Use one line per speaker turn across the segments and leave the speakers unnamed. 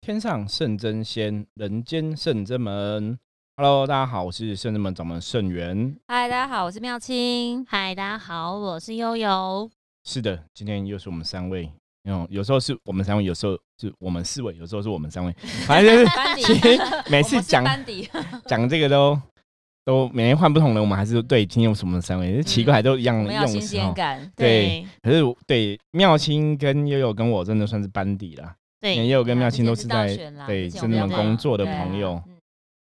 天上圣真仙，人间圣真门。Hello，大家好，我是圣真门掌门圣元。
嗨，大家好，我是妙清。
嗨，大家好，我是悠悠。
是的，今天又是我们三位，嗯，有时候是我们三位，有时候是我们四位，有时候是我们 三位，反正就是
班底，
其 实每
我
次
们是
讲
班底，
讲这个都都每天换不同人，我们还是对今天是我们三位，奇怪都一样
嗯我
用
们要
的
新
时
鲜
候。
感。
对，可是我对妙清跟悠悠跟我真的算是班底啦，
对
因为悠悠跟
啊
妙
之
清
前
都
是
是
大
在
选
啊
啦
对
之前
是
我
那
们
种
有
工作的
对啊
朋友，
嗯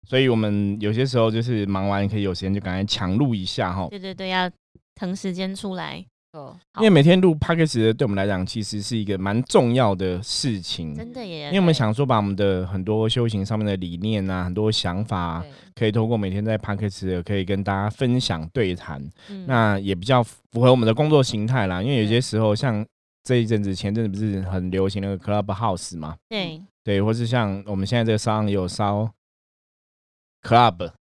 所以我们有些时候就是忙完可以有时间就赶快强录一下哈，
对对对，要腾时间出来，
哦
好
因为每天录 p o d c a s 对我们来讲其实是一个蛮重要的事情，
真的耶
嗯因为。我们想说把我们的很多修行上面的理念啊，很多想法啊、
对
可以透过每天在 p o d c a s 可以跟大家分享对谈，
嗯
那也比较符合我们的工作形态啦。因为有些时候，像这一阵子，前阵子不是很流行那个 Clubhouse 嘛，
对，
嗯
对，或是像我们现在这个商也有烧 Club，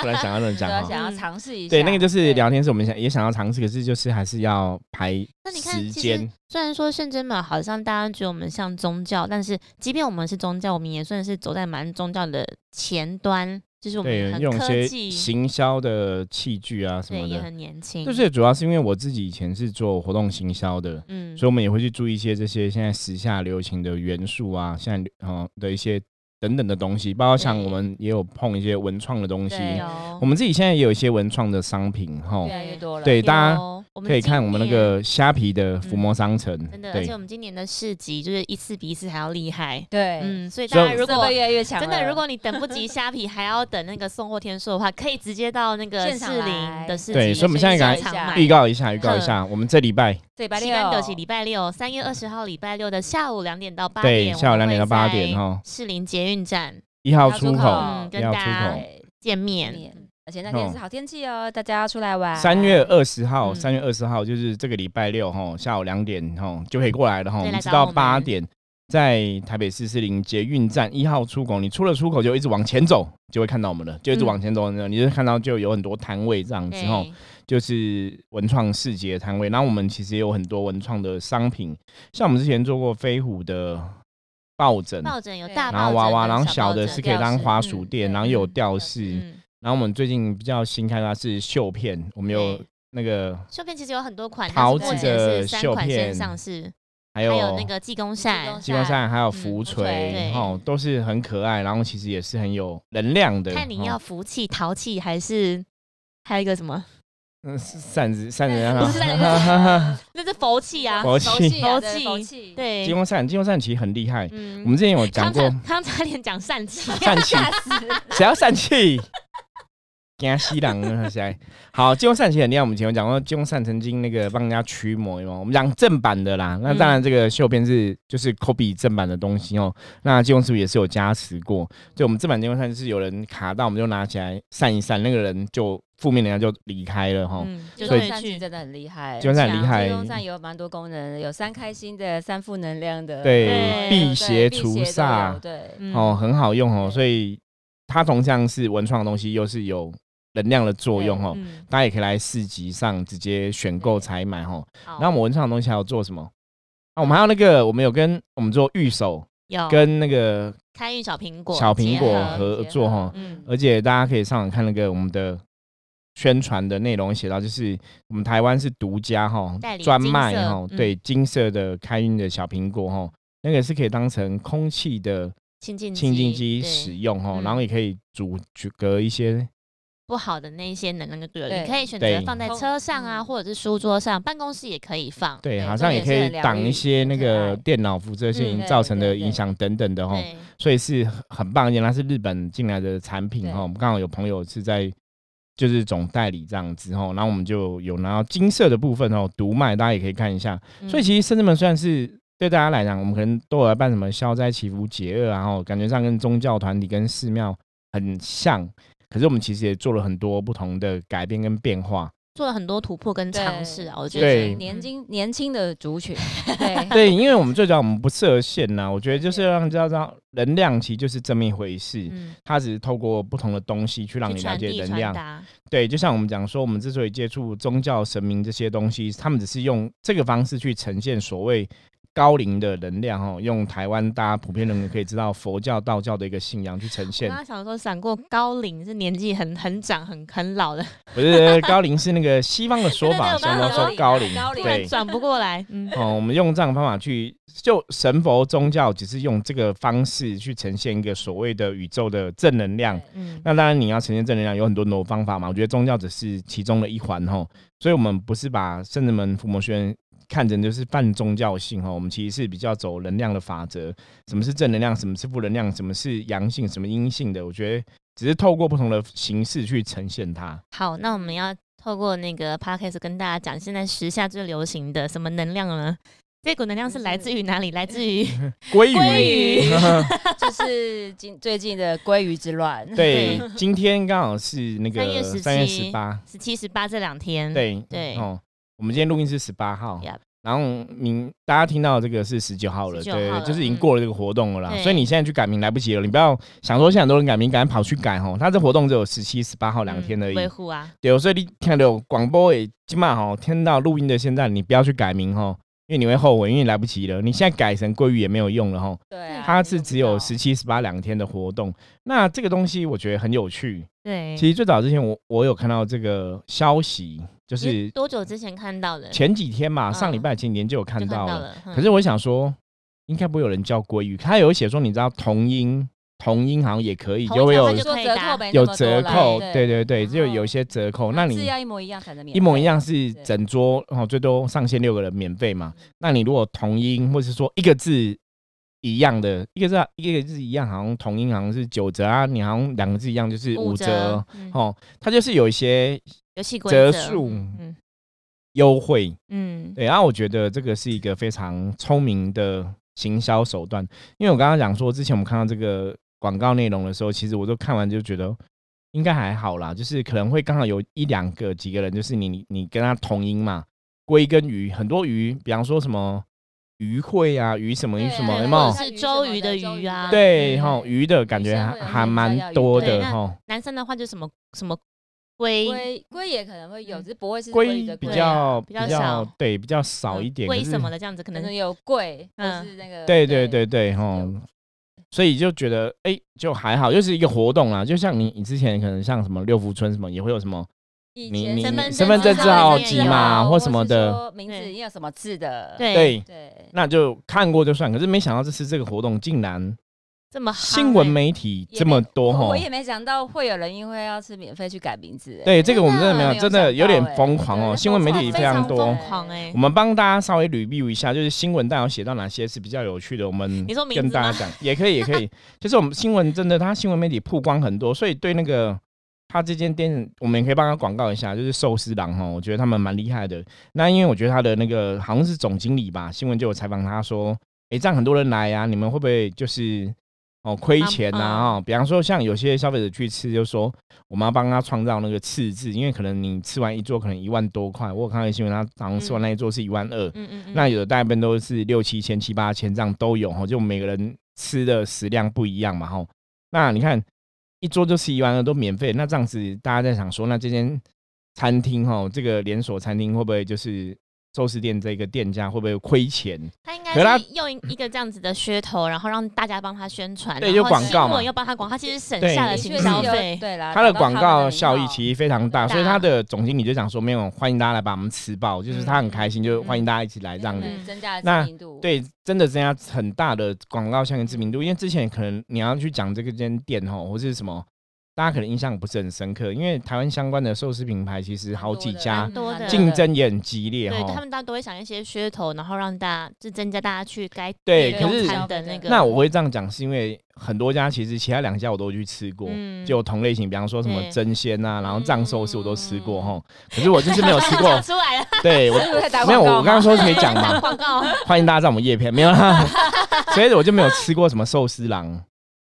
突然想要这么讲
对啊，
哈。
想要尝试一下。
对，那个就是
对
聊天室，我们想也想要尝试，可是就是还是要排
那你看
时
其
间
实。虽然说圣真门好像大家觉得我们像宗教，但是即便我们是宗教，我们也算是走在蛮宗教的前端，就是我
对
们，很
用一
科
些
技，
行销的器具啊什
对，
么
也
的，
很年轻，
就是主要是因为我自己以前是做活动行销的，
嗯
所以我们也会去注意一些这些现在时下流行的元素啊，现在呃的一些等等的东西，包括像
对
我们也有碰一些文创的东西，
对
哦
我们自己现在也有一些文创的商品哈
越，来越多了。
对，大家
家
可以看我们那。个虾皮的伏
嗯
魔商城，
真的，而且我
对，
们今年的市集就是一次比一次还要厉害，
对，嗯，
嗯，所以
所以
大
我
家
们
如
设
果
备越来越强了。
真的，如果你等不及虾皮，还要等那个送货天数的话，可以直接到那个
现场
士
来
林的市
对
集
所以我们现在赶
现场
快
买。
预告一下，预告一下，我们这礼拜
对，礼拜
西班德奇
六
礼拜六，三月二十号礼拜六的下午两点到八
对
点，
下午两点到八点哈，
士林捷运站
一号
要
出
出
口
口，
要
嗯，跟
出
大家
口
对
见面。
面而且那天是好天气哦，大家要出来玩。
三月二十号，
啊嗯
三月二十号就是这个礼拜六哈，下午两点哈就可以过来了哈，我
对
们
来
直
找
到
我们
八点。在台北市士林捷运站一号出口，你出了出口就一直往前走，就会看到我们了，就一直
嗯
往前走，你就看到就有很多摊位这样子哈。
对，
就是文创市集的摊位。然后我们其实也有很多文创的商品，像我们之前做过飞虎的抱枕，
抱枕有
对
大
然后娃娃，然后小的
的
是可以当花鼠垫，
嗯
然后也有吊
对
饰。
嗯，
然后我们最近比较新开发是绣片，我们有
对
那个
绣片其实有很多款，
桃
但是
子
目前
的
是三款
绣片哦
先上市，
还
还
有
有那个济公扇，
激光扇，还有
嗯
浮
浮
锤
锤，
对
哦，都是很可爱，然后其实也是很有能量的。
看你
哦
要福气、淘气还是还有一个什么？
嗯扇子扇子
不是
让它，
那是佛气啊。
啊佛气
气啊，对
佛
佛
气
气，
对，
激光扇，激光扇其实很厉害。
嗯
我们之前有讲
刚
过
才刚才连 讲疝气，
疝气，
吓死！
谁要疝气？惊西郎啊！谁？好，金庸善其实很厉害。我们以前有讲过，金庸善曾经那个帮人家驱魔，有没有我们讲正版的啦。那当然，这个秀片是就是 copy 正版的东西哦。那金庸是不是也是有加持过？就我们正版金庸善是有人卡到，我们就拿起来扇一扇，那个人就负面能量就离开了哈。
嗯，
就
就
所以
是
是
扇子
去
真的很厉害，
金庸善很厉害
金，钟上有蛮多功能，有散开心的、散负能量的，
对，
对
辟
对
邪
辟
除
都有
煞，
对，
嗯
哦，很好用哦，
对
所以它同样是文创的东西，又是有能量的作用哦。
嗯，
大家也可以来市集上直接选购采买哦。
好
那我们文创的东西还有做什么？啊，我们还有那个，我们有跟我们做玉手
有
跟那个
开运小苹果，
小苹果
结合
合
结
作
合
哈，
嗯，
而且大家可以上网看那个我们的宣传的内容写到，就是我们台湾是独家哈
代，理
专卖
金色
哈，
嗯
对金色的开运的小苹果哈，那个是可以当成空气的
清净
清净机
对
使用哈，
嗯
然后也可以阻阻隔一些
不好的那一些能量就对了，
对
你可以选
对
择放在车上啊，
嗯
或者是书桌上，办公室也可以放，
对，
对
好
这
像
个
也
也
可
是
以
很疗
挡
愈
一些那
很可
个
爱
电脑辐射
嗯
性
对
造成
对
的
对
影响等等的哈，
对，
所以是很很棒一件，它是日本进来的产品
对
哈。我们刚好有朋友是在就是总代理这样子哈，然后我们就有拿到金色的部分哦，独卖，大家也可以看一下。
嗯
所以其实圣至门虽然是对大家来讲，我们可能都有在办什么消灾祈福、解厄啊，然后感觉上跟宗教团体、跟寺庙很像，可是我们其实也做了很多不同的改变跟变 化。
做了很多突破跟
对
尝试啊，我觉
呃对
得
就是年轻年轻的族 群，对
对，因为我们最主要我们不设限呐、我觉得就是让大家知道能量其实就是这么一回事，
嗯，
它只是透过不同的东西去让
去
你了
传
解
递
能
传
量。
达，
对，就像我们讲说，我们之所以接触宗教、神明这些东西，他们只是用这个方式去呈现所谓高龄的能量哦，用台湾大家普遍认为可以知道佛教、道教的一个信仰去呈
我
现
刚。刚想说闪过高龄是年纪很很长很很老的，
不是呃高龄是那个西方的说法，
对对对
什么说高龄？
高龄
突然
对，
转不过来， 嗯，
哦，我们用这样的方法去，就神佛宗教只是用这个方式去呈现一个所谓的宇宙的正能量。
嗯，
那当然，你要呈现正能量有很多很多方法嘛。我觉得宗教只是其中的一环吼，所以我们不是把圣人门、伏魔轩看成就是泛宗教性吼，我们其实是比较走能量的法则，什么是正能量，什么是负能量，什么是阳性，什么阴性的。我觉得只是透过不同的形式去呈现它。
好，那我们要透过那个 podcast 跟大家讲，现在时下最流行的什么能量呢？这股能量是来自于哪里？来 自于
鲑
鲑
鱼，
鱼。
就是今最近的鲑鱼之乱。
对
对，
今天刚好是那个
3月17
三月十八，
十七、十八这两天，，
对
嗯对
哦，我们今天录音是十八号
Yep。
然后明大家听到这个是十九号了，
19
对
号了，
就是已经
嗯
过了这个活动了啦，
对
所以你现在去改名来不及了，你不要想说现在很多人改名，赶快跑去改哦。他这活动只有十七、十八号两天而已，
嗯维护啊，
对，所以你看到广播也今嘛吼，听到录音的现在，你不要去改名吼，因为你会后悔，因为来不及了。你现在改成鲑鱼也没有用了吼，
对啊，
它是只有
时
十七、十八两天的活动。那这个东西我觉得很有趣，
对。
其实最早之前我，我有看到这个消息，就
你是
是
多久之前看到的？
前几天嘛，
嗯
上礼拜前几天就有看
就看
到了。
了。嗯
可
是
是我想说，应该不会有人叫鲑鱼，他有写说，你知道同音同音好像也可以，
同音
就会有
好像就
说
可以
折
打
扣没那
有
么多
折
啦
扣，对
对，
对对，
然
就
后
有一些折扣。
它
那
字
你
要一模一样才能免费，
一模一样是
对
整桌哦，最多上限六个人免费嘛。那你如果同音，或是说一个字一样的，一个字啊一个字一样，好像同音好像是九折啊，你好像两个字一样就是五折，
嗯
哦。它就是有一些
游戏规则
折数
嗯
优惠，
嗯，
对。然后我觉得这个是一个非常聪明的行销手段，因为我刚刚讲说，之前我们看到这个广告内容的时候，其实我都看完就觉得。应该还好啦，就是可能会刚好有一两个几个人，就是你你你跟他同音嘛，龟跟鱼，很多鱼，比方说什么鱼会啊，鱼什么鱼什
对
么，
啊
有没有？
是周瑜的鱼啊
对
嗯
哈，吼鱼的感觉
女生
还
会有
还
那种
蛮多
对
的
那
哈。
男生的话就什么什么龟
龟龟也可能会有，
嗯
只是不会是龟
龟
的
比
龟啊，
较
比较
较
少
对比较少一点，可
龟
是
呃什么的这样子，可
可能
能
有贵，或
嗯
是那个
对对对对哈
有，
所以就觉得哎就还好，就是一个活动啦。就像你你之前可能像什么六福村什么也会有什么
以
你
前
你
身份
你
证
身份证
字
字
号
号
也
几
有
码
或
或什么的
是，说名字
对
一定要什么字的，
对
对，
对，
那就看过就算。可是没想到这次这个活动竟然
这么夯
新闻
欸
媒体
也
这
没
么多
我
哈
我。也没想到会有人因为要吃免费去改名字，哎
对，这个我们真的没有，真
真的
的
没有
有点
想到欸
疯狂哦。
对
新闻媒
哇
体
非
常
常
多
疯，狂
欸
哎
我，们帮大家稍微捋 e 一下，就是新闻大有写到哪些是比较有趣的，我们
你说名字
跟大家
吗
讲也可以，也可以。 就是我们新闻真的，它新闻媒体曝光很多，所以对那个他这间店，我们也可以帮他广告一下，就是寿司郎哈，我觉得他们蛮厉害的。那因为我觉得他的那个好像是总经理吧，新闻就有采访他说，诶，这样很多人来啊，你们会不会就是？哦，亏
帮
钱呐、
嗯
啊！哦，比方说像有些消费者去吃，就说我们要帮他创造那个次字，因为可能你吃完一桌可能一万多块，我有看到新闻，他好像吃完那一桌是一万二、
嗯嗯嗯，
那有的大部分都是六七千、七八千这样都有哈，就每个人吃的食量不一样嘛哈。那你看一桌就吃一万二都免费，那这样子大家在想说，那这间餐厅哈，这个连锁餐厅会不会就是寿司店这个店家会不会亏钱？
他应
可是他
该是用一一个这样子的噱头，然后让大家帮他宣传，
对
然
就
后
广
新
告嘛
闻又帮他广告，他其实省
对
下
的
了
确
行
是
销
有
费，
对啦，
它的
啊达到
广
们
告
的
效益
名号
其实非常大，
大
所以它的总经理就讲说，没有欢迎大家来把我们吃爆，就是他很开心，就
嗯
欢迎大家一起来这样子。
对增加了
那
知名度，
对，真的增加很大的广告效应知名度，因为之前可能你要去讲这个间店吼，或是什么，大家可能印象不是很深刻，因为台湾相关的寿司品牌其实好几家
蛮多的
竞争也很激烈
对他
哈。
们大家都会想一些噱头，然后让大家就增加大家去该
对
地
可
用
是
餐的那个。
那我会这样讲，是因为很多家其实其他两家我都去吃过，
嗯
就有同类型，比方说什么
对
真鲜啊，然后藏寿司我都吃过
嗯
哈，可是我就是没有吃 过
讲，出来了，
对我
是不是在打
没有，
广
我
告
刚刚
吗
说可以讲嘛
打，广告，
欢迎大家在我们夜片，没有 啦，所以我就没有吃过什么寿司郎，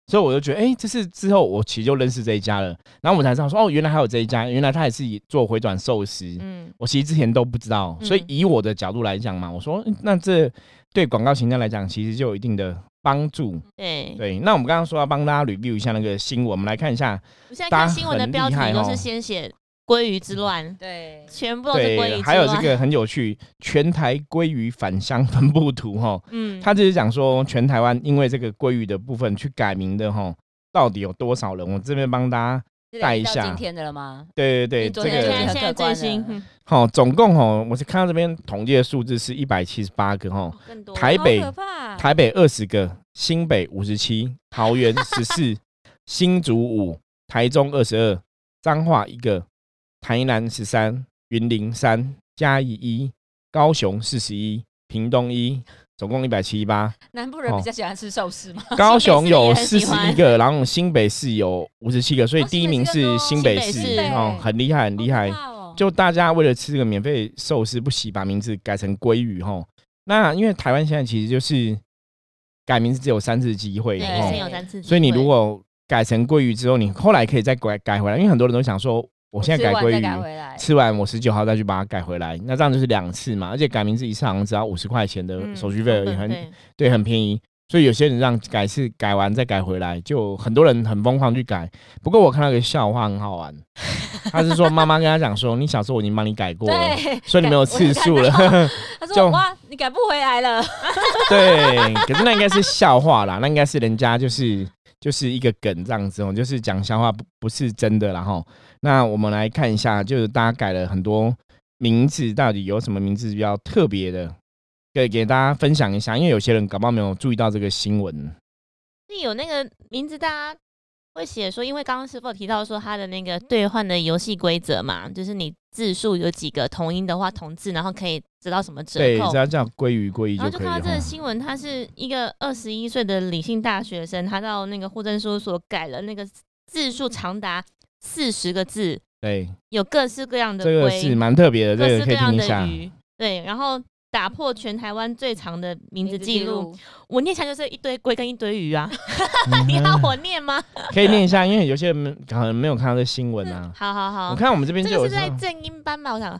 所以我就觉得，哎、这是之后我其实就认识这一家了，然后我才知道说，哦，原来还有这一家，原来他也是以做回转寿司，
嗯，
我其实之前都不知道，
嗯
所以以我的角度来讲嘛，我说嗯那这对广告形象来讲，其实就有一定的帮助。
嗯对。
对，那我们刚刚说要帮大家 review 一下那个新闻，我们来看一下，
我现在
大
看
家
新闻的
很
标
厉害
题都
哦
是先写鲑鱼之乱，
对，
全部都是鲑鱼之
对，
乱。
还有这，个很有趣，全台鲑鱼返乡分布图哈，
嗯，
他只是讲说全台湾因为这个鲑鱼的部分去改名的哈，到底有多少人？我这边帮大家，
这
带
个
一
到
下
今天的了吗？
对对
你
对，
昨
这
天
现在
看
个
现在最新，嗯
好，总共哈，我是看到这边统计的数字是一百七十八个哈，
哦更多
台北
好可怕，
台北二十个，新北五十七，桃园十 四，新竹五，台中二十二，彰化一个，台南十三，云林三，嘉义一，高雄四十一，屏东一，总共一百七十八。
南部人
哦
比较喜欢吃寿司吗？
高雄 有四
新
十
北市也很
一
喜
个，然后新北市有五十七个，所以
哦
第一名是新北
新
市
北市
哦，很厉害，很厉害
好可。怕哦
就大家为了吃这个免费寿司，不惜把名字改成鲑鱼吼。那因为台湾现在其实就是改名字只有三次机会
对，
对
一
吼
生，有三次
哦
机会，
所以你如果改成鲑鱼之后，你后来可以再改改回来，因为很多人都想说，我现在
吃
改
完
鲑
再
鱼
改，回来，
吃完我十九号再去把它改回来，那这样就是两次嘛。而且改名字一次好像只要五十块钱的
嗯
手续费而已，很
对
对，很便宜。所以有些人让改是改完再改回来，就很多人很疯狂去改。不过我看到一个笑话很好 玩，他是说妈妈跟他讲说，你小时候我已经帮你改过了，
对，
所以你没有次数了
改。我有看。到他
就
说哇，你改不回来了，
对，可是那应该是笑话啦，那应该是人家就是就是一个梗这样子哦，就是讲笑话不不是真的啦哈。那我们来看一下，就是大家改了很多名字，到底有什么名字比较特别的，可以给大家分享一下，因为有些人搞不好没有注意到这个新闻。
是有那个名字，大家会写说，因为刚刚师傅有提到说他的那
嗯
个兑换的游戏规则嘛，就是你字数有几个同音的话同字，然后可以得到什么折
对，
扣
只。要叫鲑鱼鲑鱼
然后就
可以
看到这个
了。
新闻，他是一个二十一岁的理性大学生，他到那个户政事务所改了那个字数长达四十个字，
对，
有各式各样的
这个是
龟，
蛮特别的，
各
这个可
式各
以听
样
一
的
下。
鱼，对，然后打破全台湾最长的名字记录。，我念起来就是一堆龟跟一堆鱼啊，
嗯
你要我念吗？
可以念一下，因为有些人没可能没有看到这新闻啊。
好好 好，
我看我们这边
这
就
个
有
是在正音班吧？我想，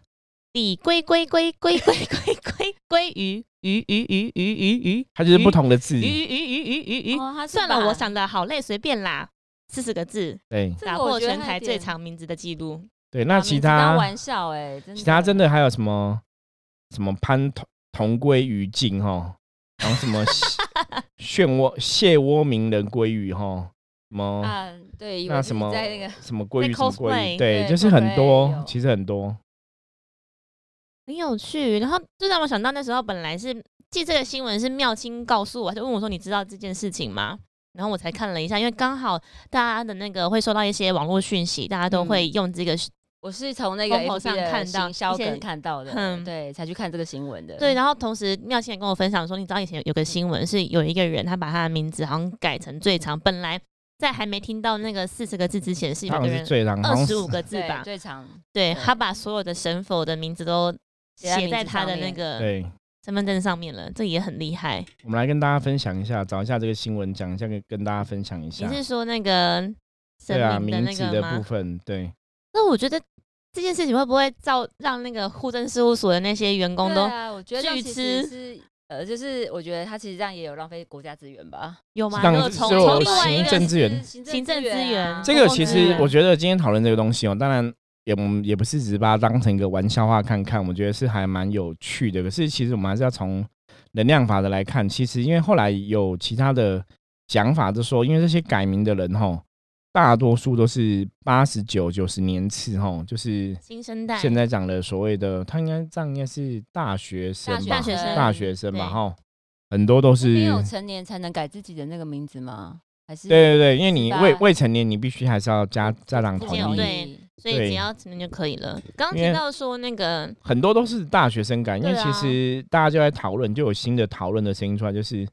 李龟龟龟龟龟龟龟龟鱼鱼鱼鱼鱼鱼鱼
它就是不同的字
鱼，鱼鱼鱼鱼鱼鱼。
哦，他是
算了，
把
我想的好累，随便啦，四十个字，
对
这个
打
我
破
觉得
全
他有
台最
点
长名字的记录。
对。那
把
其
名字当
他
玩笑哎，
其他真
的
的还有什么什么潘同同归于尽哈，然后什 么漩涡蟹窝鸣人鲑鱼哈，什么
啊，对，以
哦
为
那
自己
什么
在那 个
什么鲑鱼
在
什么鲑
cosplay，
鱼，对，
对
就是很
cosplay
多
有，
其实很多。
很有趣。然后就让我想到那时候本来是记这个新闻是妙清告诉我，他就问我说你知道这件事情吗？然后我才看了一下，因为刚好大家的那个会收到一些网络讯息，大家都
嗯
会用这个
我是从那个
风口
FB
上
的
看到
行销
一些
梗看到的
嗯，
对，才去看这个新闻的。
对，，然后同时妙清也跟我分享说，你知道以前有有个新闻是有一个人他把他的名字好像改成最长，本来在还没听到那个四十个字之前是
他
有
好
个
像是
人
最长，好
二
像
十
是
五个字
对
吧，
最长
对
对
他把所有的神佛的名字都
写在
写
名
在
字
他
上
的那
面
个
对。
身份证上面了，这也很厉害。
我们来跟大家分享一下，找一下这个新闻，讲一下跟跟大家分享一
你
下。
是说那个
对啊，
神明的
名
那
字的
个
部
吗？
分，对，
那我觉得这件事情会不会造让那个户政事务所的那些员工
对
都
啊，我觉得这样
巨
其实
资
是呃，就是我觉得他其实这样也有浪费国家资 源吧，
有吗？
让
那个
是
从
有
从另外一
行
个
政资源
是
行政资源
啊
这
公
个
共
其
资
实
源
我觉得今天讨论这个东西哦，当然也我们也不是只是把它当成一个玩笑话看看，我觉得是还蛮有趣的。可是其实我们还是要从能量法的来看，其实因为后来有其他的讲法，就说因为这些改名的人吼，大多数都是八十九、九十年次吼，就是
新生代
现在讲的所谓的，他应该这样应该是大学生吧，
大学生
大学生吧
对
吼，很多都
没
是
有成年才能改自己的那个名字吗？还是
对对对，因为你
18
未未成年，你必须还是要家家长
自
同
己有
意。
对所以
对
只要成年就可以了。刚刚
因为
提到说那个，
很多都是大学生感，因为
对
其
啊
实大家就在讨论，就有新的讨论的声音出来，就是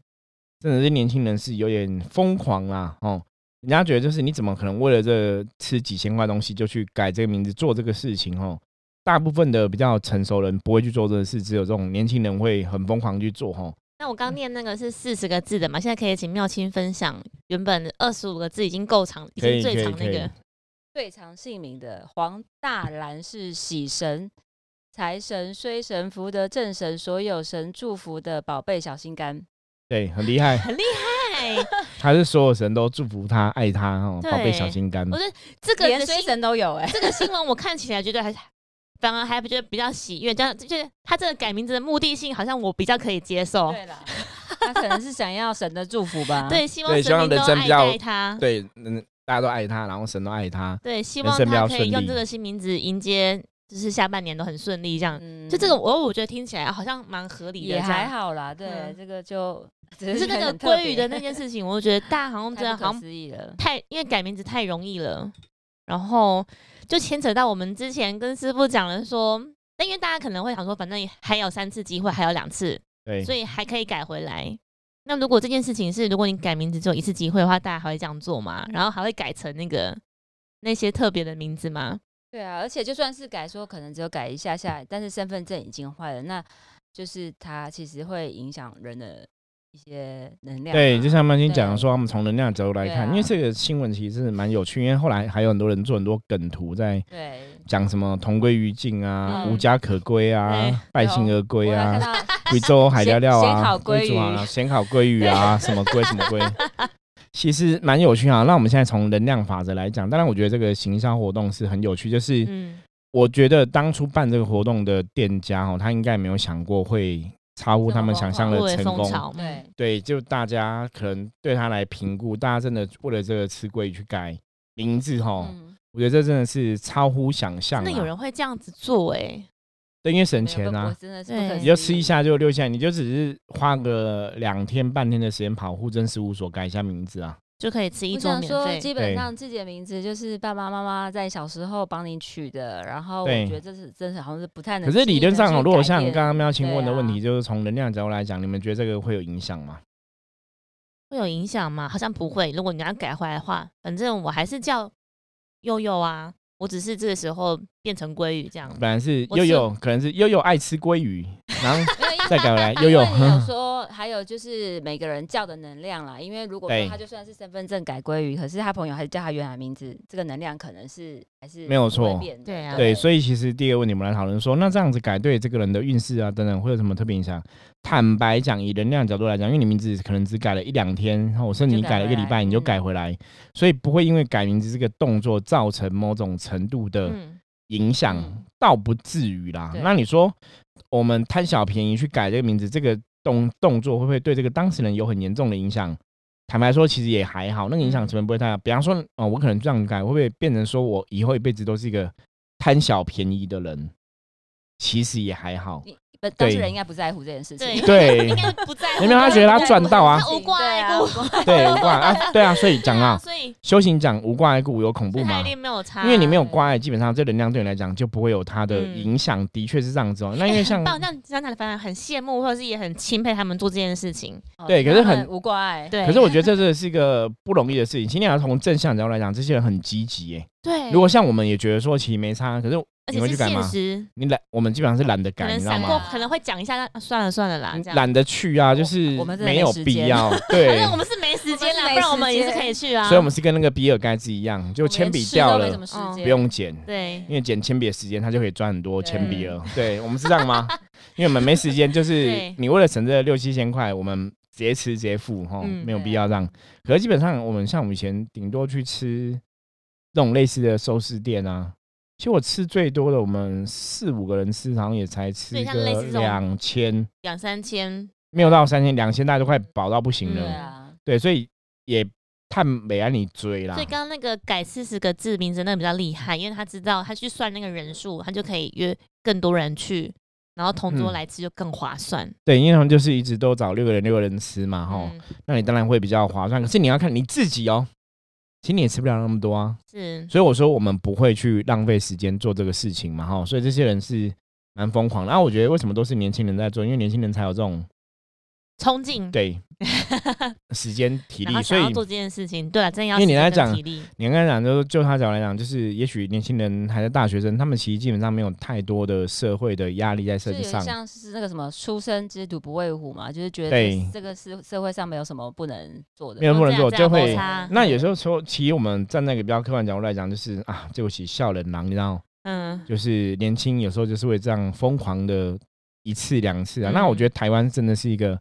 真的是年轻人是有点疯狂啦，哦，人家觉得就是你怎么可能为了这吃几千块东西就去改这个名字做这个事情哦？大部分的比较成熟人不会去做这个事，只有这种年轻人会很疯狂去做哦。
那我刚念那个是四十个字的嘛，现在可以请妙清分享原本二十五个字已经够长，已
可以
经最
可以
长
可
那
以
个
最长姓名的黄大兰是喜神、财神、衰神、福德、正神、所有神祝福的宝贝小心肝。
对，很厉害。
很厉对，
还是所有神都祝福他、爱他哦，
对
宝贝小心肝
我。觉得这个
连
的
衰
新
神都有哎、
这个新闻我看起来觉得还反而还觉得比较喜悦，这样就是他这个改名字的目的性，好像我比较可以接受。
对啦，他可能是想要神的祝福吧。，
对，希望
对希
神
望
明都
人生
爱
比较
戴他。
对，嗯，大家都爱他，然后神都爱他。
对，希
人
望
生比
他
较
可
顺
以用
利
这个新名字迎接，就是下半年都很顺利这样。
嗯
就这个，我我觉得听起来好像蛮合理的，
也还。好啦。对，
嗯
这个就只
可是那个鲑鱼的那件事情，我觉得大家好像真
太
的
不
好
可
像
思议了。
太，因为改名字太容易了，然后就牵扯到我们之前跟师傅讲了说，但因为大家可能会想说，反正还有三次机会，还有两次，
对，
所以还可以改回来。那如果这件事情是，如果你改名字只有一次机会的话，大家还会这样做吗？然后还会改成那个那些特别的名字吗？
对啊，而且就算是改说，可能只有改一下下，但是身份证已经坏了，那就是它其实会影响人的一些能量嘛。
对，就像曼青讲的
对
说，他们从能量的角度来
对
看，
啊
因为这个新闻其实是蛮有趣，因为后来还有很多人做很多梗图在。
对，
讲什么同归于尽啊，
嗯
无家可归
对
啊，败兴而归
我有
啊
看，到
贵州海聊聊
咸咸烤
啊，
鲑鱼
贵族啊，咸烤鲑鱼啊，什么鲑什么鲑，其实蛮有趣啊。那我们现在从能量法则来讲，当然我觉得这个行销活动是很有趣，就是
嗯，
我觉得当初办这个活动的店家哦，他应该没有想过会超乎他们想象
作
的
为
成
风
功。
潮，
对，
对，就大家可能对他来评估，大家真的为了这个吃龟去改名字哦，
嗯，
我觉得这真的是超乎想象、
真
啊。
的有人会这样子做哎、
对，因为省
没有
钱
不
啊
我。真的是不可
对
思
你就吃一
议
下就六下，你就只是花个两天半天的时间跑户政事务所改一下名字啊。
就可以吃一
我
桌
想
免
说，
费。
基本
对
上自己的名字就是爸爸妈妈在小时候帮你取的，然后我
对
觉得这是真是好像是不太能。
可是理论上哦，
好，
如果像刚刚喵青问的
对啊
问题，就是从能量角度来讲，你们觉得这个会有影响吗？
会有影响吗？好像不会。如果你要改回来的话，反正我还是叫悠悠啊，我只是这个时候变成鲑鱼这样。
本来是
我
悠悠，可能是悠悠爱吃鲑鱼，然 后再改回来悠
因
悠嗯
为。你有说，还有就是每个人叫的能量啦，因为如果
对
说他就算是身份证改归于，可是他朋友还是叫他原来名字，这个能量可能是还是
没有错
会变的
对啊
对，所以其实第一个问题，我们来讨论说，那这样子改对这个人的运势啊等等会有什么特别影响？坦白讲，以能量角度来讲，因为你名字可能只改了一两天，然后甚至你
就改
改了一个
回
礼
来
拜，你就
嗯
改回来，所以不会因为改名字这个动作造成某种程度的
嗯，
影响，
嗯
倒不至于啦。
对
那你说我们贪小便宜去改这个名字，这个动动作会不会对这个当事人有很严重的影响？坦白说，其实也还好，那个影
嗯
响成分不会太大。比方说，哦、我可能这样改，会不会变成说我以后一辈子都是一个贪小便宜的人？其实也还 好，
你不当事
对
人应该不在乎这件事情。
对，
对
应该不 在乎。
有没有他觉得他赚到啊
他无挂碍故
对啊
对无挂啊，对啊，所以 讲
对
啊，
所以
修行讲无挂碍故有恐
所
怖
以他
嘛
一，定没有差，啊
因为你没有
对
挂碍，基本上这能量对你来讲就不会有它的
嗯
影响，的确是这样子 哦。那因为像
到这样想想，反而很羡慕，或者是也很钦佩他们做这件事情。
哦
对可
他
是
们
很
无挂碍。
对，
可是我觉得这真的是一个不容易的事情。今天要从正向角度来讲，这些人很积极耶。
对，
哎
如果像我们也觉得说其实没差，可是
而
你
且
会
是
去改
现
吗？
实，
你懒，我们基本上是懒得
可
改，
能
你知道
闪
吗
过
吗？，
可能会讲一下，啊算了算了啦，这样。
懒得去啊，就是
我们真的
没
没
有
时
必
间
要。
反
对，
正我们是没时间
我们是
啦，
没
不然我们也是
时
可
间
以去啊。
所以我们是跟那个比尔盖茨一样，就铅笔掉
我们连吃都没什
了
么时
嗯
间
不用剪，
对
因为剪铅笔的时间他就可以赚很多铅笔
对
了。对我们是这样 吗？因为我们没时间，就是
对
你为了省这六七千块，我们直接吃直接付哈，
嗯
没有必
对
要这样。可是基本上我们像我们以前顶多去吃这种类似的寿司店啊，其实我吃最多的，我们四五个人吃，好像也才吃
所以像类
个
似这种
两千，
两三千，
没有到三千，两千大家都快饱到不行
嗯
了。
对啊，
对，所以也探美安你追啦
所以。刚刚那个改四十个字名字那个比较厉害，因为他知道他去算那个人数，他就可以约更多人去，然后同桌
嗯
来吃就更划算。
对，因为他们就是一直都找六个人六个人吃嘛，哈、
嗯，
那你当然会比较划算。可是你要看你自己哦，其实你也吃不了那么多啊。
是
所以我说我们不会去浪费时间做这个事情嘛，哈，所以这些人是蛮疯狂的。啊然、后我觉得为什么都是年轻人在做，因为年轻人才有这种
冲劲，
对时间体
嗯然后
力，所
想
以
要做这件事情，对啊了，真的要
因为你
时间
来
跟
讲
体力，
你刚才讲，就是就他角度来讲，就是也许年轻人还在大学生，他们其实基本上没有太多的社会的压力在
就
身
有
上
点，像是那个什么“初生之犊不畏虎”嘛，就是觉得
对
这这个社社会上没有什么不能做的，
没有不能做
这
就
样
会
这样摩擦
那有时候说，其实我们站在一个比较客观角度来讲，就是啊，这个其实笑人狼，你知道，
嗯，
就是年轻有时候就是会这样疯狂的一次两次啊。
嗯
那我觉得台湾真的是一个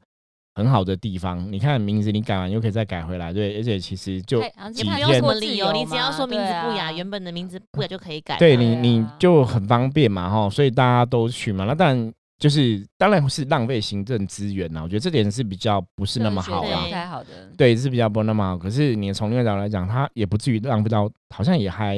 很好的地方。你看名字，你改完又可以再改回来，对，而且其实就
太好像
几
也不
太
用什
天
么
过自
理由，
由
你只要
嘛
说名字
对
不
啊
雅，原本的名字不雅就可以改嘛。
对你
对
你
啊
就很方便嘛哈，所以大家都去嘛。那当然就是当然是浪费行政资源啊啦，我觉得这点是比较不是
这
那
个
么
觉
好啊
得
啦
不。太好的，
对，是比较不那么好。可是你从另外角度来讲，它也不至于浪费到，好像也还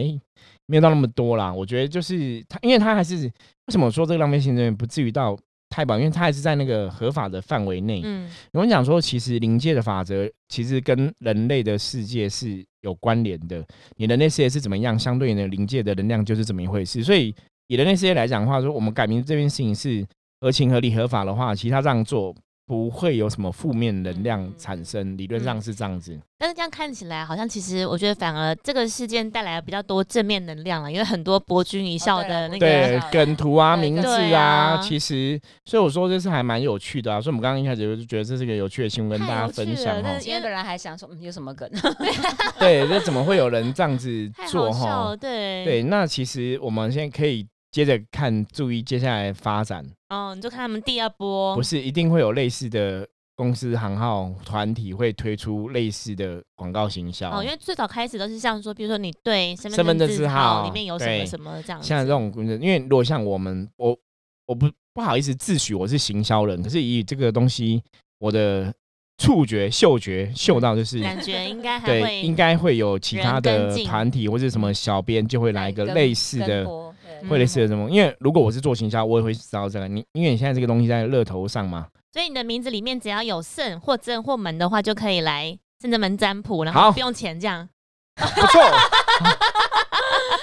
没有到那么多啦。我觉得就是它，因为它还是为什么我说这个浪费行政不至于到太棒，因为它还是在那个合法的范围内。
嗯，
我们讲说，其实临界的法则其实跟人类的世界是有关联的。你人类世界是怎么样，相对应的临界的能量就是怎么一回事。所以以人类世界来讲的话，说我们改名这件事情是合情合理合法的话，其他这样做不会有什么负面能量
嗯
产生。理论上是这样子。
但是这样看起来，好像其实我觉得反而这个事件带来了比较多正面能量了，因为很多哦博君一笑
对啦
的那
我觉得
个
对
对
梗图啊、
对
名字
对
啊，
啊
其实所以我说这是还蛮有趣的啊。所以我们刚刚一开始就觉得这是一个有趣的新闻，跟
太
大家
有
分
趣
享
了
哦
但。是
今
因为
天本来还想说，嗯，有什 么梗？
对，这怎么会有人这样子
太
做
好
哈？
笑了，对
对，，那其实我们现在可以接着看，注意接下来发展，
哦，你就看他们第二波
不，是一定会有类似的公司、行号、团体会推出类似的广告行销。
哦，因为最早开始都是像说，比如说你对身
身份
份
证
证
字
字
号
里面有什
对
么什么这样子，
像这种公司，因为如果像我们，我我不不好意思自诩我是行销人，可是以这个东西，我的触觉、嗅觉嗅到就是。
感觉应该还
对，应
嗯会
该会有其他
人跟
的
进
团体或者什么小编就会来一个类似的，会
会
类似
嗯
的什么？因为如果我是做行销，我也会知道这个。你因为你现在这个东西在热头上嘛，
所以你的名字里面只要有肾或正或门的话，就可以来甚至门占卜，然
好
后不用钱这样。
不错，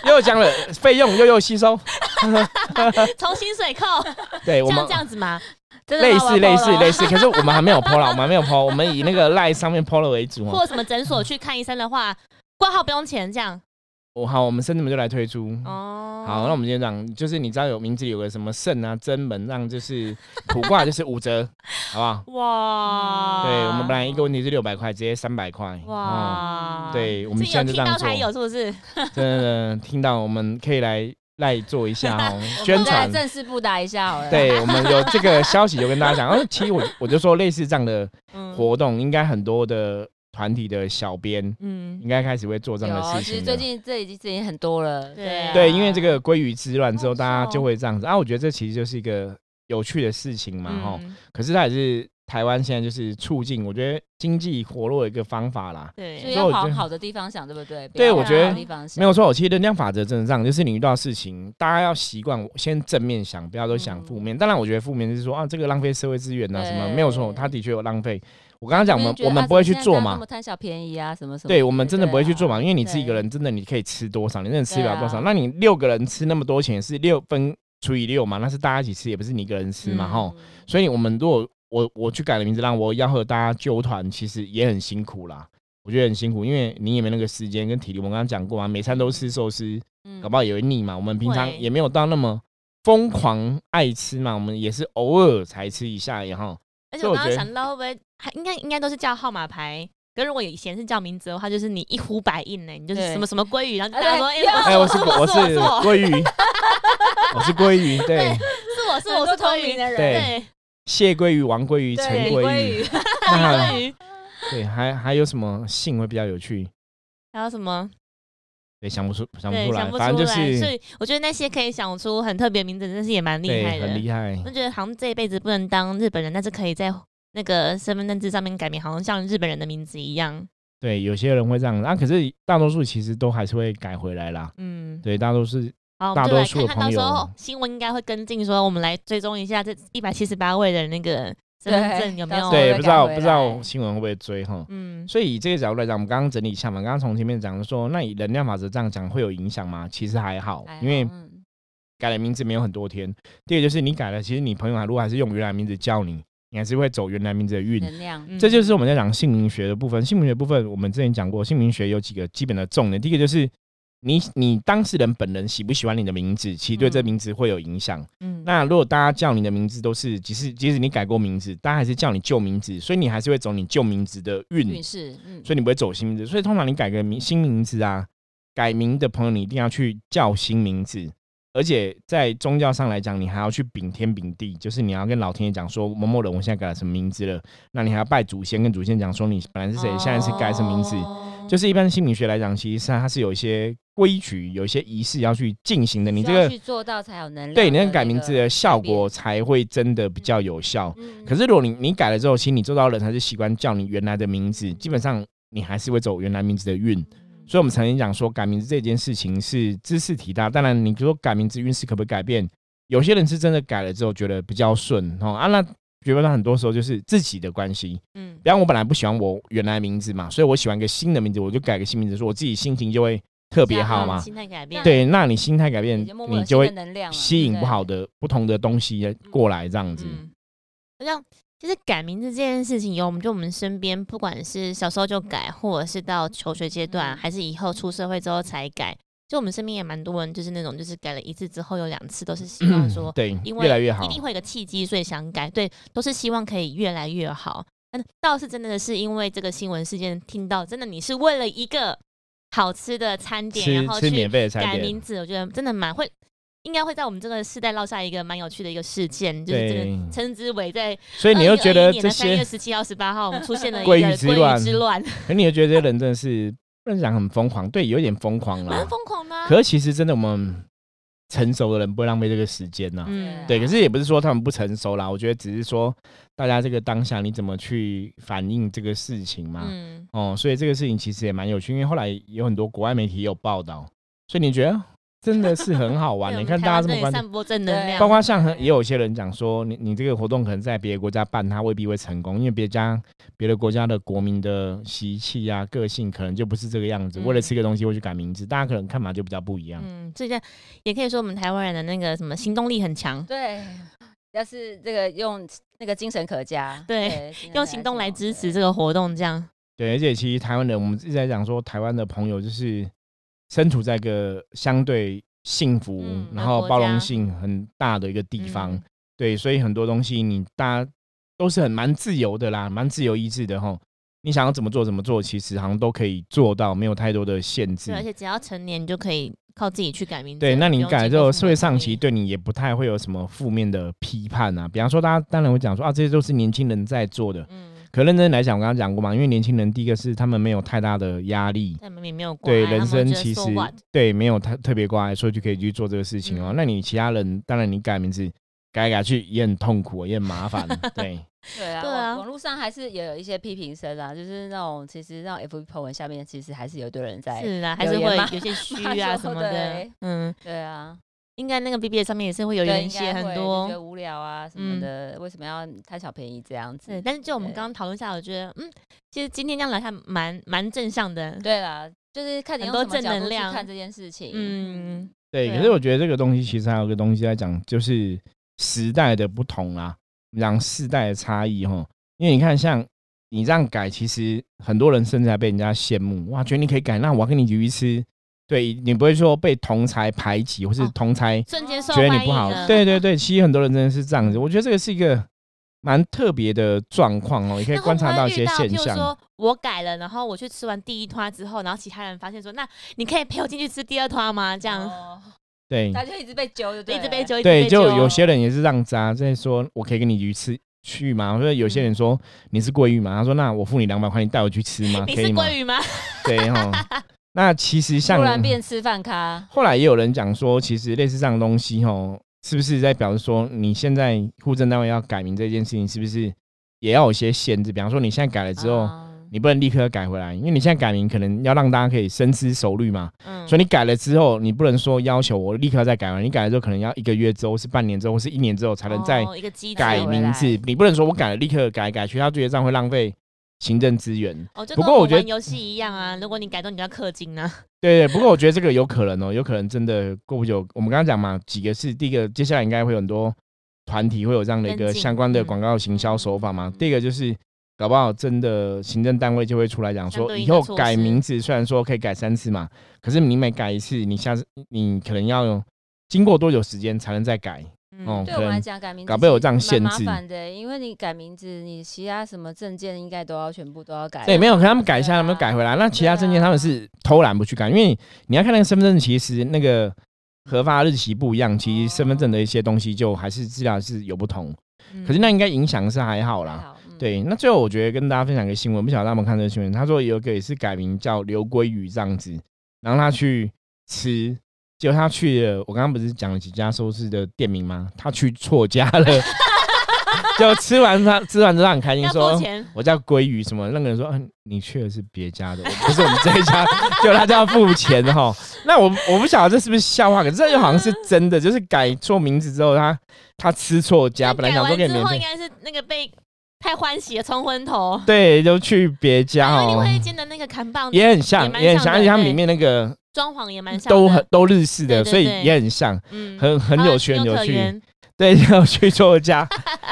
又讲了费用又又吸收，
从薪水扣，
对 我们
像这样子吗？真的哦
类
吗
似类似类，
我要报
似，可是我们还 没有 PO 啦，我们还没有 PO，我们以那个 line 上面 PO 了为主
了
哦。
或什么诊所去看医生的话，挂号不用钱这样。
我好，我们甚至们就来推出。
哦，
嗯好，那我们今天讲，就是你知道有名字里有个什么圣啊、真门，让就是卜卦就是五折，好不好？嗯
哇，
对我们本来一个问题是六百块，直接三百块。哦，
哇，
对，我
我
们现在就这
听
样
到
做
才。有是不是？
真的听到，我们可以来赖做一下 哦，宣
再
传
嗯来。正式布达一下好了。，
对我们有这个消息就跟大家讲，然后哦其实我我就说类似这样的
嗯
活动，应该很多的团体的小编
嗯，
应该开始会做这样的
有，
事
其
情
实
了
哦最近这已经这已经很多了。
对
啊
对，因为这个鲑鱼之乱之后，
好
大家
笑
就会这样子啊。我觉得这其实就是一个有趣的事情嘛，哈、
嗯
可是它也是台湾现在就是促进我觉得经济活络的一个方法啦。
所以
对，
所以
要
我觉
往
得
好的地方想，对不对？不
对
要
我
往
觉得
好的地方想
没有错，其实能量法则真的这样，就是你遇到事情，大家要习惯先正面想，不要都想负面。当然，我觉得负面就是说啊，这个浪费社会资源啊，什么
嗯对
没有错，它的确有浪费。我刚刚讲，我们
觉得
我们
啊
不会去
怎么
做
现在大家
嘛
那么，贪小便宜啊，什么什么。
对我们真的不会去做
对啊。
嘛，因为你自己一个
对
人真的你可以吃多少，你真的吃不了多少。
对啊
那你六个人吃那么多钱是六分除以六嘛，那是大家一起吃，也不是你一个人吃嘛，吼。
嗯
所以我们如果我我去改了名字，让我要和大家纠团，其实也很辛苦啦。我觉得很辛苦，因为你也没那个时间跟体力。我们刚刚讲过嘛，每餐都吃寿司，
嗯
搞不好也会腻嘛。我们平常
会
也没有到那么疯狂爱吃嘛，我们也是偶尔才吃一下也哈。所
而
以
且
我
我刚
觉
刚
得
想到会不会还应该应该都是叫号码牌。可是如果以前是叫名字的话，就是你一呼百应呢，你就是
对
什么什么鲑鱼，然后就大家说，
哎
哎，
对
哎、我是我
我
是
是我是我
鲑鱼，我是鲑鱼，对，
是哎我是
啊很
我
多
是
聪
鲑
明
鱼，
的人
对
对，
蟹鲑鱼、王鲑鱼、陈
对
鲑
鲑
鱼
鱼，
那
鲑鱼，
对，还还有什么姓会比较有趣？
还有什么？
对，想不出想不
对，
出
想
来，
不出
反正就
所
是
以我觉得那些可以想出很特别名字，真是也蛮厉害
对，
的。嗯
很厉害。
我觉得好像这一辈子不能当日本人，但是可以在那个身份证字上面改名，好像像日本人的名字一样。
对，有些人会这样，啊，可是大多数其实都还是会改回来啦。
嗯，
对，大多数
好，我
大
们就
多
来
数的
看看到
朋友
时候新闻应该会跟进，说我们来追踪一下这一百七十八位的那个身份证有没有
哦
对，
会
不知道
改回
不知道
来
新闻会不会追哈。
嗯
所以以这个角度来讲，我们刚刚整理一下嘛，刚刚从前面讲说，那以能量法则这样讲会有影响吗？其实还好，
还好
因为
嗯
改了名字没有很多天。第二个就是你改了，其实你朋友还如果还是用原来名字叫你，你还是会走原来名字的运。
能量，
嗯
这就是我们在讲姓名学的部分。姓名学部分，我们之前讲过，姓名学有几个基本的重点。第一个就是你你当事人本人喜不喜欢你的名字，其实对这
嗯
名字会有影响。
嗯
那如果大家叫你的名字都是，即使即使你改过名字，大家还是叫你旧名字，所以你还是会走你旧名字的运
运，势，嗯，
所以你不会走新名字。所以通常你改个名新名字啊，改名的朋友你一定要去叫新名字。而且在宗教上来讲，你还要去禀天禀地，就是你要跟老天爷讲说某某人我现在改了什么名字了，那你还要拜祖先，跟祖先讲说你本来是谁，现在是改什么名字。
哦
就是一般心理学来讲，其实它是有一些规矩、有一些仪式要去进行的。你这
需要
个
去做到才有能量。
对你那个改名字，的效果才会真的比较有效。
嗯
可是如果你你改了之后，其实你周遭的人还是习惯叫你原来的名字，基本上你还是会走原来名字的运。所以我们曾经讲说，改名字这件事情是知识体大。当然，你说改名字运势可不可以改变？有些人是真的改了之后觉得比较顺哦啊，那觉得很多时候就是自己的关系。
嗯，
比方我本来不喜欢我原来名字嘛，所以我喜欢一个新的名字，我就改个新名字，说我自己心情就会特别好嘛。
心态嗯改变，
对，那你心态改变
已嗯经，默默有
你就会
新的能量了
吸引
对
不好的不同的东西过来，这样子。
嗯，好像其实改名字这件事情，有我们就我们身边，不管是小时候就改，或者是到求学阶段，
嗯
还是以后出社会之后才改，就我们身边也蛮多人，就是那种就是改了一次之后有两次，都是希望说
对，
因
嗯越
为
来越好
一。定会有个契机，所以想改，对，都是希望可以越来越好。但倒是真的是因为这个新闻事件，听到真的你是为了一个好吃的餐点，
吃
然后
吃
去
免费的餐
改
点，
名字，我觉得真的蛮会，应该会在我们这个世代落下一个蛮有趣的一个事件，就是
对
真的称之为在
所以你又觉得这
三月
些，
十七号、十八号，我们出现 了一个
鲑鱼
鲑鱼
之乱
之乱，
可你又觉得这些人真的是不能讲很疯狂，对，有点疯狂
蛮
了。
疯狂的啊、
可是其实真的，我们成熟的人不会浪费这个时间呐、
啊
嗯，
对，可是也不是说他们不成熟啦，我觉得只是说大家这个当下你怎么去反映这个事情嘛。
嗯，
哦，所以这个事情其实也蛮有趣，因为后来有很多国外媒体也有报道，所以你觉得真的是很好玩。
对
你
我们
看
台
大家这么关
湾真的
注，
散播正能量，
包括
对
像很也有些人讲说，你你这个活动可能在别的国家办，它未必会成功，因为别家别的国家的国民的习气啊、个性可能就不是这个样子。为了
嗯
吃个东西会去改名字，大家可能看法就比较不一样。
嗯，这下也可以说我们台湾人的那个什么行动力很强，
对，要是这个用那个精神可嘉，
对
精神
用
可
行
嘉
动来支持这
个，
个活动，这样
对，而且其实台湾人，我们一直在讲说，台湾的朋友就是身处在一个相对幸福，
嗯
然
的
后
国
包
家
容性很大的一个地方。
嗯
对，所以很多东西你大家都是很蛮自由的啦，蛮自由意志的吼。你想要怎么做怎么做，其实好像都可以做到，没有太多的限制
对，。而且只要成年你就可以靠自己去改名字，
对，那
不
你
用
改了
经
之
过
后，
父
社
母
会
同
上
意
其实对你也不太会有什么负面的批判啊。比方说，大家当然会讲说啊，这些都是年轻人在做的。
嗯，
可认真来讲，我刚刚讲过嘛，因为年轻人第一个是他们没有太大的压力，
但明明没有关
对
爱
人
他们
生
会觉得
其实
so what？
对没有太特别关爱，所以就可以去做这个事情哦。
嗯
那你其他人，当然你改名字改来改去也很痛苦，也很麻烦。对，
对啊，
对
网
啊
网络上还是也有一些批评声啊，就是那种其实那种 FB 朋文下面其实还是有一堆人在，
是啊啦，还
留
是
言
会
嘛
有些虚
嘛说
啊什么的
对，
嗯，
对啊，
应该那个 B B 上面也是会有
对，
人
应
写
该
很
会就觉
多
得。无聊啊什
嗯
么的，为什么要贪小便宜这样
对，
子？
但是就我们
对
刚刚讨论下来，我觉得，嗯，其实今天这样来看，蛮蛮正向的。
对啦，就是看你
很
用
多
什么
正
角
能
度去
量
看这件事情。
嗯，
对，
对
可是
啊
我觉得这个东西其实还有个东西在讲，就是时代的不同啦，我们讲世代的差异哈。因为你看，像你这样改，其实很多人甚至还被人家羡慕，哇，觉得你可以改，那我要跟你一起去吃。对你不会说被同才排挤，或是
哦
同才
瞬
啊
间受
觉得
欢
你不
迎
好
了。
对 对对，其实很多人真的是这样子，我觉得这个是一个蛮特别的状况哦，你可以
那会
观
不
察
会
到一
遇
些现
譬如
象。
说我改了，然后我去吃完第一团之后，然后其他人发现说，那你可以陪我进去吃第二团吗？这样、
哦
对
他就一直被揪，就对
一
了
直被揪，一直
对，
被
就
揪
有些人也是让渣，啊在说我可以跟你一起吃去吗？或者有些人说你是鲑鱼嘛，他说那我付你两百块，你带我去吃吗？
你
可
是
以吗
鲑？鱼吗？
对哈。那其实像
突然变吃饭咖。
后来也有人讲说，其实类似这样的东西哦，是不是在表示说你现在户政单位要改名这件事情，是不是也要有一些限制？比方说你现在改 了之后。
啊
你不能立刻改回来，因为你现在改名可能要让大家可以深思熟虑嘛，
嗯，
所以你改了之后，你不能说要求我立刻再改完，你改了之后可能要一个月之后，是半年之后，或是一年之后才能再
哦、一个机制
改名字
再回来，
你不能说我改了立刻改改去，他觉得这样会浪费行政资源。
哦，就
不
跟
过我
我
觉得
玩游戏一样啊，如果你改动，你就要氪金啊。
对对，不过我觉得这个有可能哦，有可能真的过不久，我们刚刚讲嘛，几个是第一个，接下来应该会有很多团体会有这样的一个
跟进
相关的
嗯
广告行销手法嘛。第一个就是。搞不好真的行政单位就会出来讲
相
说，
对应
以
的
后
措
改
施
名字虽然说可以改三次嘛，可是你每改一次，你下次你可能要经过多久时间才能再改？
嗯
哦
对
可
我们来
能
讲，改名字
搞不好有
其实
这样
蛮
限制
麻烦的，欸因为你改名字，你其他什么证件应该都要全部都要改。
对，没有，可他们改一下，
对啊
他们改回来。那其他证件
对啊
他们是偷懒不去改，因为你要看那个身份证，其实那个核发日期不一样，其实身份证的一些东西就还是资料是有不同。
嗯
可是那应该影响是还好
还
啦。
好，嗯，
对，那最后我觉得跟大家分享一个新闻，不晓得大家有没有看这个新闻？他说有一个也是改名叫刘鲑鱼这样子，然后他去吃，结果他去了，我刚刚不是讲了几家寿司的店名吗？他去错家 了，就吃完他吃完之后他很开心
嗯要
说
付钱，
我叫鲑鱼什么，那个人说，嗯、你去的是别家的，我不是我们这一家， 就他就要付钱哈。那我我不晓得这是不是笑话，可是这又好像是真的，就是改错名字之后，他他吃错家，
那
本来想说给
改
你
完
免
之后应
费，
该是那个被太欢喜了冲昏头，
对，就去别家
还有另
哦
外，一间的那个砍棒
也很像
也，蛮
也很
像
像，
的
而且他们
对
里面那个
装潢也蛮像的，
都很都日式的，
对对
所以
对
也很像，
嗯
很很
还
有趣，
情
很
有
有
可
趣，
原，
对，要去错家，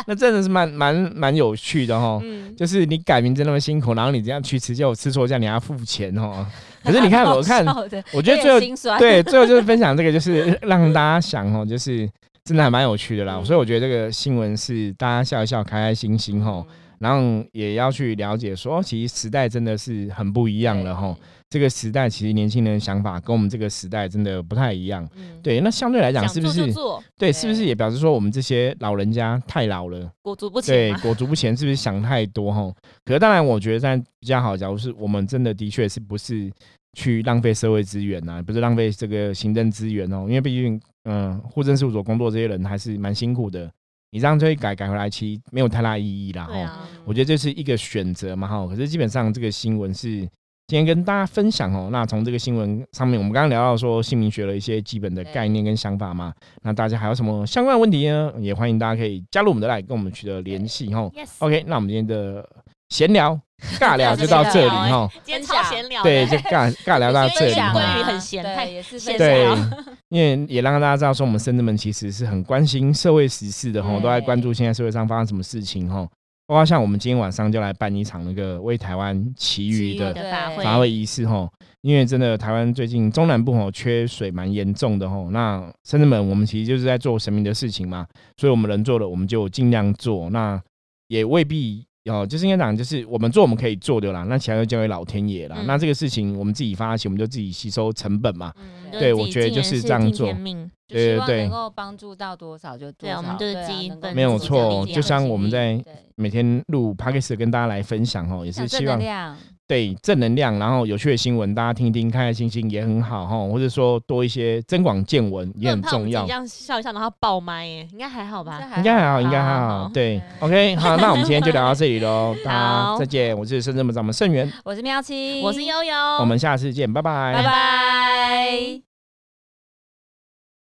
那真的是蛮蛮蛮有趣的哦。
嗯，
就是你改名字那么辛苦，然后你这样去吃，结果吃错价，你还要付钱哦。可是你看，我看
蛮，好笑的
我觉
有
得最
点
后
心酸，
对最后就是分享这个，就是让大家想哦，就是真的还蛮有趣的啦。
嗯
所以我觉得这个新闻是大家笑一笑，开开心心哦，然后也要去了解说，哦其实时代真的是很不一
这
样了哦。，这个时代其实年轻人的想法跟我们这个时代真的不太一样。
嗯，
对，那相对来讲，
想
是不
做就是做，
对？是不是
对
也表示说我们这些老人家太老了？
裹足不前
对，
嘛，
裹足不前是不是想太多吼？可是当然，我觉得但比较好。假如是我们真的的确是不是去浪费社会资源呐、不是浪费这个行政资源哦，因为毕竟嗯，户政事务所工作这些人还是蛮辛苦的。你这样就会改改回来，其实没有太大意义啦。
对
吼，
啊，
我觉得这是一个选择嘛哈。吼可是基本上这个新闻是今天跟大家分享哦。那从这个新闻上面，我们刚刚聊到说姓名学的一些基本的
对
概念跟想法嘛。那大家还有什么相关的问题呢？也欢迎大家可以加入我们的来跟我们取得联系哦。
Yes，
OK，那我们今天的闲聊尬聊就到这里 哈。
今天超闲聊的，
对，就 尬尬聊到这里
因为
哈
讲。关
关
于
于
很闲太
也是分
闲
对
享，
因为也让大家知道说，我们深圳们其实是很关心社会时事的吼，
对
都在关注现在社会上发生什么事情吼。包括像我们今天晚上就来办一场那个为台湾祈雨的
的法
对
法
会，
会仪式吼，因为真的台湾最近中南部吼缺水蛮严重的吼，那深圳们我们其实就是在做神明的事情嘛，所以我们能做的我们就尽量做，那也未必哦，就是应该讲就是我们做我们可以做的啦，那其他就交给老天爷啦。
嗯
那这个事情我们自己发起，我们就自己吸收成本嘛。
嗯
对
是
我
自己
觉得
尽
就
人
是
事
这样
听
做
天命
就希望
对对
能够帮助到多少就多
对
少，
我们就是
对啊
积一份
能够
没有
自己的
错
力
就
量
像我们在
对
每天录 p o d c a s t 跟大家来分享哦，也是
讲正
希望
能量
对正能量，然后有趣的新闻大家听一听，开开心心也很好哈，或者说多一些增广见闻也很
不然怕我
重
们自己
要
这。样笑一笑，然后爆麦耶，应该还好吧？
应该还好，
好
应该还
好
好
好。
对
嗯
，OK，好，那我们今天就聊到这里喽，大家
好
再见。我是深圳部长们盛源，
我是喵七，
我是悠悠，
我们下次见，拜拜
拜拜。